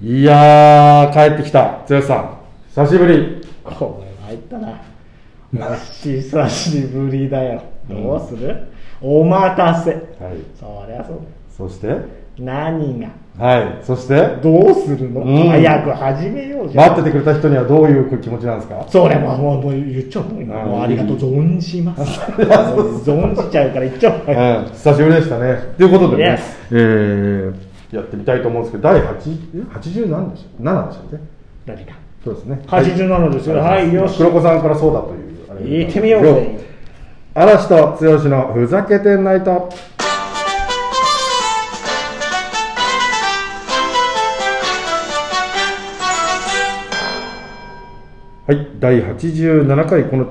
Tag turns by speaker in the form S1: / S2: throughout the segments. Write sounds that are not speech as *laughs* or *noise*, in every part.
S1: いやー、帰ってきた、剛さん。久しぶり。
S2: これは入ったな。ま久しぶりだよ。どうする、お待たせ。
S1: はい。
S2: そりゃそうだ。
S1: そして
S2: 何が
S1: はい。そして
S2: どうするの、
S1: うん
S2: 早く始めようじゃん。
S1: 待っててくれた人にはどういう気持ちなんですか
S2: それももうもう言っちゃおう。今
S1: うん
S2: もうありがとう、存じ
S1: *laughs*
S2: ます。存じちゃうから言っちゃおう。
S1: うん、久しぶりでしたね。ということでね
S2: Yes、
S1: えー、やってみたいと思うんですけど、第8 80何でした7でしたね。
S2: 何か。
S1: そうですね。
S2: 87ですよ。はい、よし。
S1: 黒子さんからそうだという。あれ
S2: 行ってみようぜ。
S1: 嵐と剛のふざけてないと。はい、第87回この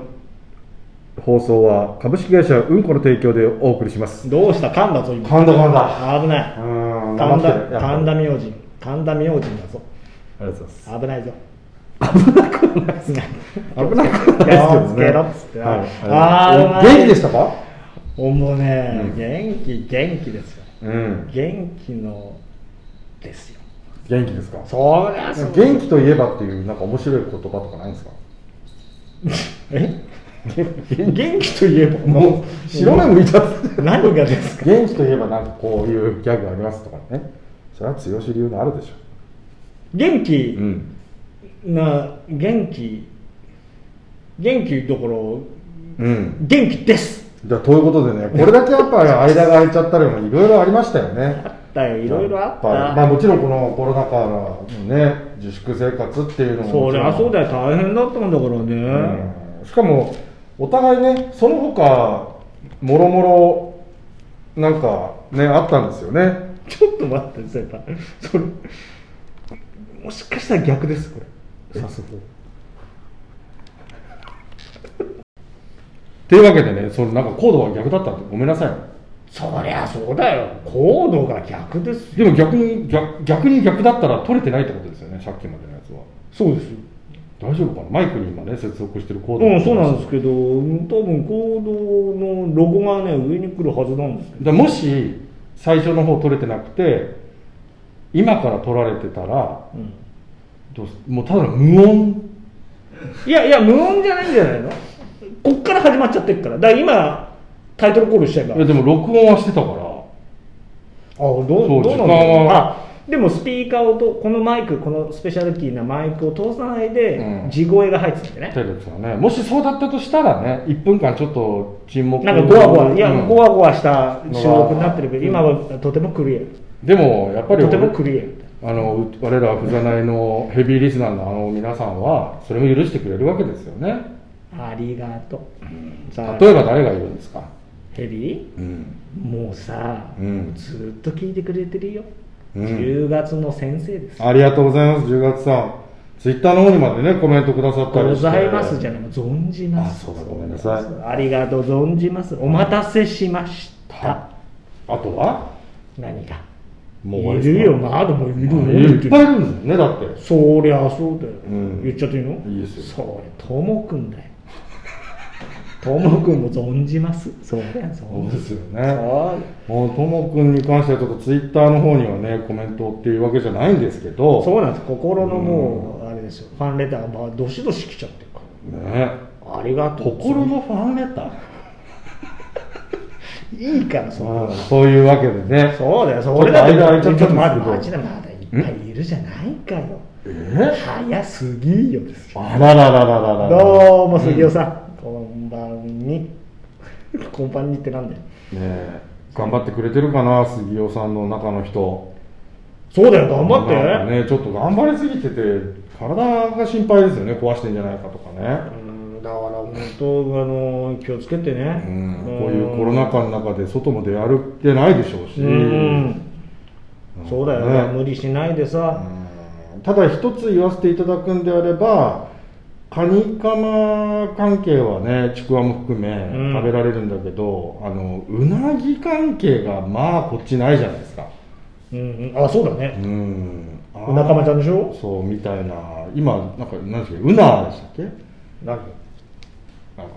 S1: 放送は株式会社うんこの提供でお送りします。
S2: どうした噛んだぞ、今。
S1: 噛んだ噛んだ
S2: 危ない。
S1: うん
S2: 神田
S1: 黙って、やっぱ
S2: 神田明神。神田明神だぞ。
S1: ありがとうございます。
S2: 危ないぞ。危なく *laughs* ない。
S1: 危なくはないですけどね。
S2: 気をつけろっつってな
S1: はい
S2: あー
S1: 元気でしたか？
S2: もうね、元気、元気ですよ。
S1: うん、
S2: 元気のですよ。
S1: 元気ですか？
S2: そりゃそうだ
S1: 元気といえばっていうなんか面白い言葉とかないんですか？
S2: え *laughs* 元気といえば
S1: もう白目向いちゃって。
S2: 何がですか
S1: 元気といえばなんかこういうギャグありますとかねそれは剛流のあるでしょ
S2: 元気
S1: ん
S2: な元気元気どころ
S1: うん
S2: 元気です
S1: じゃあということでねこれだけやっぱ間が空いちゃったりもいろいろありましたよ
S2: あ
S1: ね
S2: ったよいろいろあっ
S1: やぱまあ
S2: た
S1: もちろんこのコロナ禍のね自粛生活っていうのも
S2: そりゃそう
S1: よ、
S2: だよ大変だったんだからね
S1: うんしかもお互いねその他もろもろなんかねあったんですよね
S2: ちょっと待って先輩それもしかしたら逆ですこれさすが
S1: というわけでねそのなんか行動は逆だったんでごめんなさい
S2: そりゃそうだよ行動が逆ですよ
S1: でも逆に逆逆に逆だったら取れてないってことですよねさっきまでのやつは
S2: そうですよ
S1: 大丈夫かなマイクに今ね接続してるコード
S2: うん、そうなんですけど、うん多分行動のロゴがね、上に来るはずなんですけ
S1: だからもし最初の方取れてなくて今から取られてたら
S2: ど、
S1: どうすもうただの無音
S2: いやいや、無音じゃないんじゃないのこっから始まっちゃってるから、だから今、タイトルコールしちゃえば、
S1: いや
S2: あ
S1: でも録音はしてたから
S2: どう
S1: そう
S2: どうなん
S1: 時間
S2: だろう
S1: は
S2: あでもスピーカーをと、このマイク、このスペシャルティーなマイクを通さないで
S1: うん、
S2: 地声が入っててね、
S1: テレビがねもしそうだったとしたらね1分間ちょっと沈黙
S2: なんかゴワゴワ、いや、
S1: うん
S2: ゴワゴワした収録になってるけど、今はとてもクリア、
S1: でもやっぱり
S2: とて
S1: 俺
S2: もクリア。
S1: あのう我らふざないのヘビーリスナーのあの皆さんはそれも許してくれるわけですよね
S2: ありがとう。さ
S1: 例えば誰がいるんですか
S2: ヘビー
S1: うん
S2: もうさ、
S1: うん
S2: ずっと聞いてくれてるよ、
S1: うん
S2: 10月の先生です
S1: ありがとうございます、10月さん。ツイッターの方にまでね、コメントくださったり
S2: ご
S1: して。
S2: ざいますじゃない存じま
S1: あ
S2: す
S1: そうだごめんなさい
S2: ありがとう存じますお待たせしました、
S1: あとは
S2: 何が
S1: もう終わり
S2: い
S1: ですか
S2: るよまだもういるよ、
S1: いっぱいいるんですよね、だって。
S2: そりゃそうだよ、
S1: うん
S2: 言っちゃっていいの
S1: いいですよ
S2: それともくんだよともくんも存じますそうだよ
S1: そう
S2: 存
S1: で
S2: じ
S1: すよ
S2: ます
S1: ね。もうともくんに関しては、ちょっとツイッターの方にはね、コメントっていうわけじゃないんですけど、
S2: そうなんです心のもうあれですよファンレターがまあどしどし来ちゃってるから
S1: ね。
S2: ありがとう。
S1: 心のファンレター
S2: いいから、そ
S1: うん
S2: う。
S1: そういうわけでね。
S2: そうだよ、
S1: ょっと
S2: それだ
S1: 間空いち
S2: ち
S1: ゃ
S2: ょ
S1: っんです
S2: った
S1: けど
S2: とまだ、まだ、まだいっぱいいるじゃないかよ。
S1: え
S2: 早すぎよですよ。
S1: あらららららら。
S2: どうも、杉尾さん。こんばんに。こんばんにってなんだよ。
S1: ねえ頑張ってくれてるかな、杉尾さんの中の人。
S2: そうだよ、頑張
S1: なん
S2: っ
S1: か
S2: て。
S1: ね、ちょっと頑張りすぎてて、体が心配ですよね、壊してんじゃないかとか
S2: う
S1: ね、
S2: んだから本当あの気をつけてね、
S1: うんこういうコロナ禍の中で外も出歩いてないでしょうし、
S2: うん、そうだよ、
S1: ね
S2: 無理しないでさ、
S1: うんただ一つ言わせていただくんであれば、カニカマ関係はね、ちくわも含め
S2: うん
S1: 食べられるんだけど、あのうなぎ関係がまあ、こっちないじゃないですか。
S2: うんうんあそうだ
S1: う
S2: ね、
S1: ん、あ
S2: うなかまちゃんでしょ
S1: そうみたいな、今、なんか、なんでしたっけ、うなでしたっけ
S2: 何
S1: なんか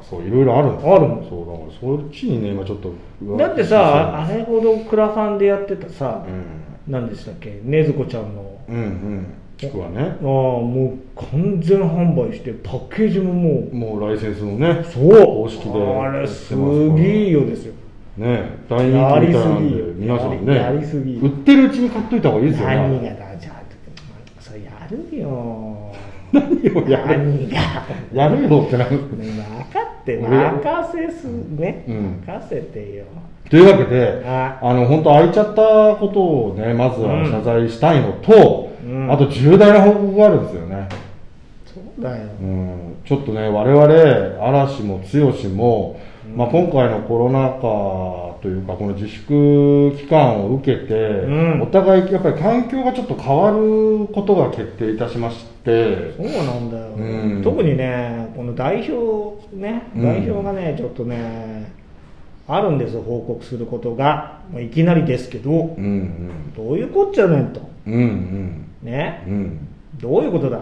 S1: そういろいろあるんです
S2: あるの
S1: そうだからそっちにね今ちょっと
S2: だってさ、あれほどクラファンでやってたさ、
S1: うん
S2: 何でしたっけ、禰豆子ちゃんの
S1: うんうんちくわね
S2: ああもう完全販売してパッケージももう
S1: もうライセンスもね
S2: そう
S1: 公式で
S2: あ
S1: や
S2: れ
S1: ってます
S2: す
S1: から
S2: げえよですよ
S1: ね大人気みたいなんで
S2: やりすぎ
S1: 皆さんね
S2: やりすぎ
S1: 売ってるうちに買っといた方がいいですよ
S2: 何
S1: ね
S2: がだじゃあそれやるよ
S1: 何を *laughs* やる
S2: 何が
S1: やるよってなる
S2: *laughs* ね分かって
S1: 俺
S2: 任せすね、
S1: うん
S2: 任せてよ
S1: というわけで
S2: あ
S1: あの本当開いちゃったことをねまずは謝罪したいのと、
S2: うん
S1: あと重大な報告があるんですよね、
S2: そうだよ、
S1: うん、ちょっとね我々嵐も剛も、まあ、今回のコロナ禍というかこの自粛期間を受けて、
S2: ん
S1: お互いやっぱり環境がちょっと変わることが決定いたしまして
S2: そうなんだよ、
S1: うん
S2: 特にねこの代表ね
S1: うん
S2: 代表がね、ちょっとねあるんですよ報告することがもういきなりですけど、
S1: うん
S2: どういうこっちゃねんと
S1: うんうん
S2: ね
S1: うんうん
S2: どういうことだ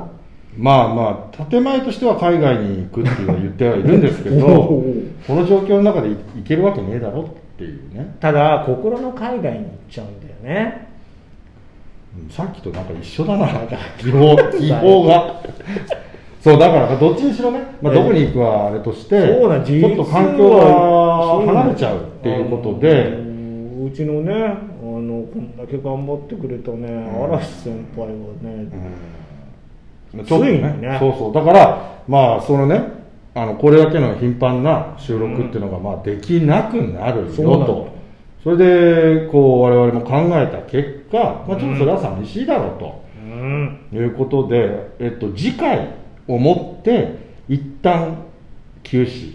S1: まあまあ建前としては海外に行くっていうのは言ってはいるんですけど
S2: *laughs* おう
S1: この状況の中で行けるわけねえだろっていうね
S2: ただ心の海外に行っちゃうんだよね
S1: うんさっきとなんか一緒だな希望希望
S2: *laughs*
S1: がそうだからどっちにしろね、まあ、
S2: ええ
S1: どこに行くはあれとして
S2: そうなん
S1: ちょっと環境が離れちゃうっていうこと
S2: あ
S1: で
S2: のうちのねあのこんだけ頑張ってくれたね、
S1: ん
S2: 嵐先輩はね、
S1: うんちょっと
S2: ついにね
S1: そうそうだからまあそのねあのこれだけの頻繁な収録っていうのがまあできなくなるよ
S2: そうなの
S1: と、それでこう我々も考えた結果、まあ、ちょっとそれは寂しいだろうと。
S2: うん、
S1: ということで、えっと、次回をもって一旦休止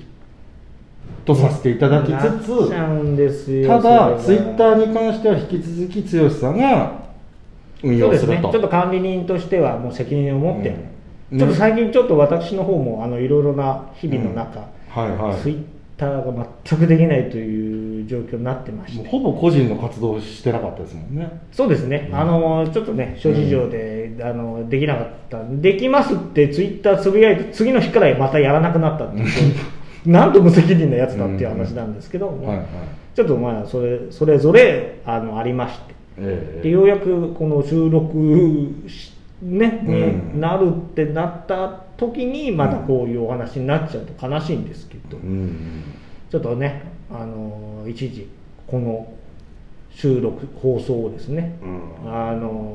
S1: とさせていただき
S2: な
S1: つ
S2: っちゃ
S1: つ
S2: うんですよ
S1: ただ
S2: そ
S1: ツイ
S2: れが
S1: ッターに関しては引き続き剛さんが運
S2: そう
S1: 用
S2: ですす
S1: る
S2: ねち
S1: と
S2: ょっと管理人としてはもう責任を持って、
S1: うん
S2: ちょっと最近ちょっと私の方もあのいろいろな日々の中、
S1: はいは
S2: ツイ
S1: い
S2: ッターが全くできないという状況になってまし
S1: もう
S2: て
S1: ほぼ個人の活動してなかったですもんね
S2: そうですね、
S1: うん
S2: あのちょっとね諸事情で、あのできなかったできますってツイッターつぶやいて次の日からまたやらなくなったっていう *laughs* なんと無責任なやつだっていう話なんですけど、
S1: はいはい
S2: ちょっとまあそれそれぞれあのありまして
S1: ええ
S2: でようやくこの収録しね、に
S1: うん
S2: なるってなった時にまたこういうお話になっちゃうと悲しいんですけど、
S1: うん
S2: ちょっとね、あのー一時この収録放送をですね、
S1: うん
S2: あのー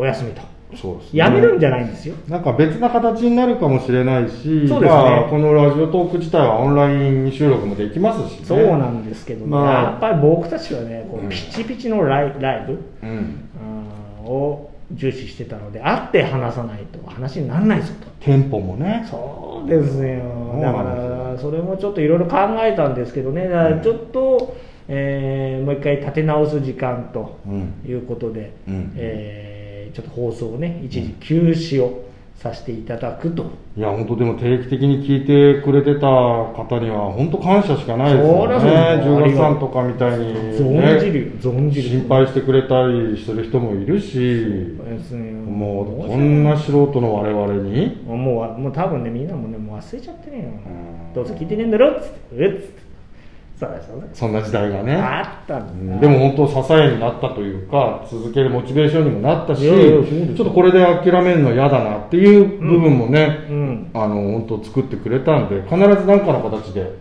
S2: お休みと
S1: そうですね
S2: やめるんじゃないんですよ、
S1: なんか別な形になるかもしれないし、
S2: そうですね
S1: まあ、このラジオトーク自体はオンライン収録もできますしね
S2: そうなんですけど、
S1: まあ
S2: やっぱり僕たちはねこ
S1: う
S2: うんピチピチのライライブ、
S1: うん
S2: あーを重視してたので会って話さないと話にならないぞと
S1: テンポもね
S2: そうですよ
S1: う
S2: だ
S1: な
S2: か
S1: んですよ
S2: らそれもちょっといろいろ考えたんですけどねだからちょっと、えーもう一回立て直す時間と
S1: うん
S2: いうことで、
S1: うん
S2: えーちょっと放送をね一時休止をさせていただくと、
S1: いや本当でも定期的に聞いてくれてた方には本当感謝しかないです
S2: そ
S1: よ
S2: り
S1: ね
S2: ゃそうだ
S1: 10月さんとかみたいに、ね、
S2: 存じるよ存じる
S1: 心配してくれたりする人もいるし
S2: ですね
S1: もう
S2: ど
S1: こ
S2: しよ
S1: んな素人の我々に
S2: もうもうもう多分ねみんなもねもう忘れちゃってね
S1: うん
S2: どうせ聞いてねえんだろっつってうっつってそうだそう
S1: そんな時代がね
S2: だあった
S1: うん
S2: だ
S1: んでも本当支えになったというか続けるモチベーションにもなったし
S2: いやいやそうですよ
S1: ちょっとこれで諦めるの嫌だなっていう部分もね、
S2: うん
S1: あの本当作ってくれたんで必ず何かの形で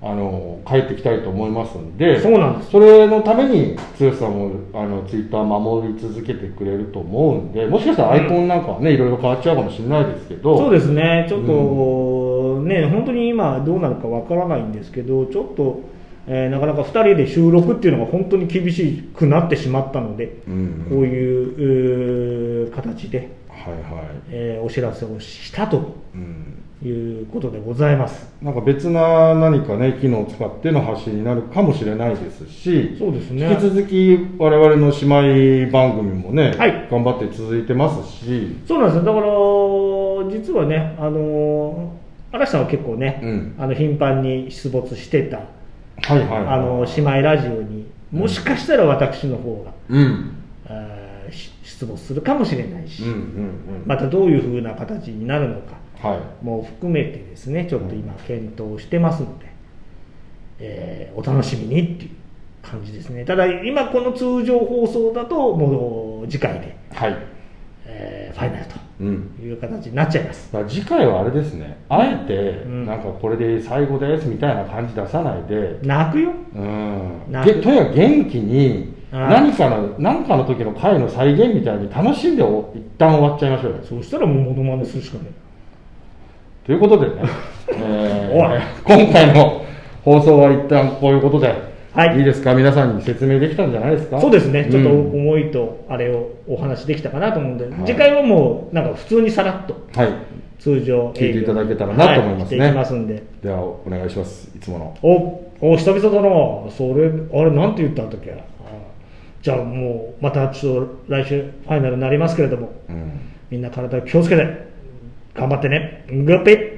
S1: あの帰ってきたいと思いますんで
S2: そうなんです
S1: それのために剛さんもあのツイッター守り続けてくれると思うんでもしかしたらアイコンなんかはね、いろいろ変わっちゃうかもしれないですけど
S2: そうですねちょっと、ね本当に今どうなるかわからないんですけどちょっと、えーなかなか2人で収録っていうのが本当に厳しくなってしまったので、
S1: うん
S2: こういううー形で、
S1: はいはい、
S2: えーお知らせをしたと
S1: うん、
S2: いうことでございます
S1: なんか別な何かね機能を使っての発信になるかもしれないですし
S2: そうですね
S1: 引き続き我々の姉妹番組もね、
S2: はい
S1: 頑張って続いてますし
S2: そうなんですよだから実はねあのー嵐さんは結構ね、
S1: うん
S2: あの頻繁に出没してた、
S1: はいはい、はい、
S2: あの姉妹ラジオにもしかしたら私の方が、
S1: うん
S2: えーし出没するかもしれないし、
S1: うんうんうん
S2: またどういうふうな形になるのか
S1: は
S2: も含めてですねちょっと今検討してますので、えーお楽しみにっていう感じですねただ今この通常放送だともう次回で、
S1: いはい
S2: えーァイナル
S1: うん、
S2: という形になっちゃいます。
S1: だから次回はあれですねあえて、
S2: ん
S1: なんかこれで最後ですみたいな感じ出さないで
S2: 泣くよ。
S1: うん
S2: な
S1: げとにかく元気に
S2: ああ
S1: 何かの何かの時の回の再現みたいに楽しんでお一旦終わっちゃいましょうよ
S2: そうしたらもうモノマネするしかない。
S1: ということでね、
S2: *laughs*
S1: え
S2: おい
S1: ー今回の放送は一旦こういうことで、
S2: はい
S1: いですか皆さんに説明できたんじゃないですか
S2: そうですね、ちょっと
S1: うん
S2: 思いとあれをお話できたかなと思うんで、
S1: はい
S2: 次回はもう、なんか普通にさらっと、
S1: はい
S2: 通常
S1: 聞いていただけたらなと思いますね
S2: はしていきますんで、
S1: ではお願いしますいつもの
S2: おお、久々だな、それ、あれ、なんて言ったんだっけ、あじゃあもう、またちょっと来週、ファイナルになりますけれども、
S1: うん
S2: みんな体気をつけて、頑張ってね、グッピー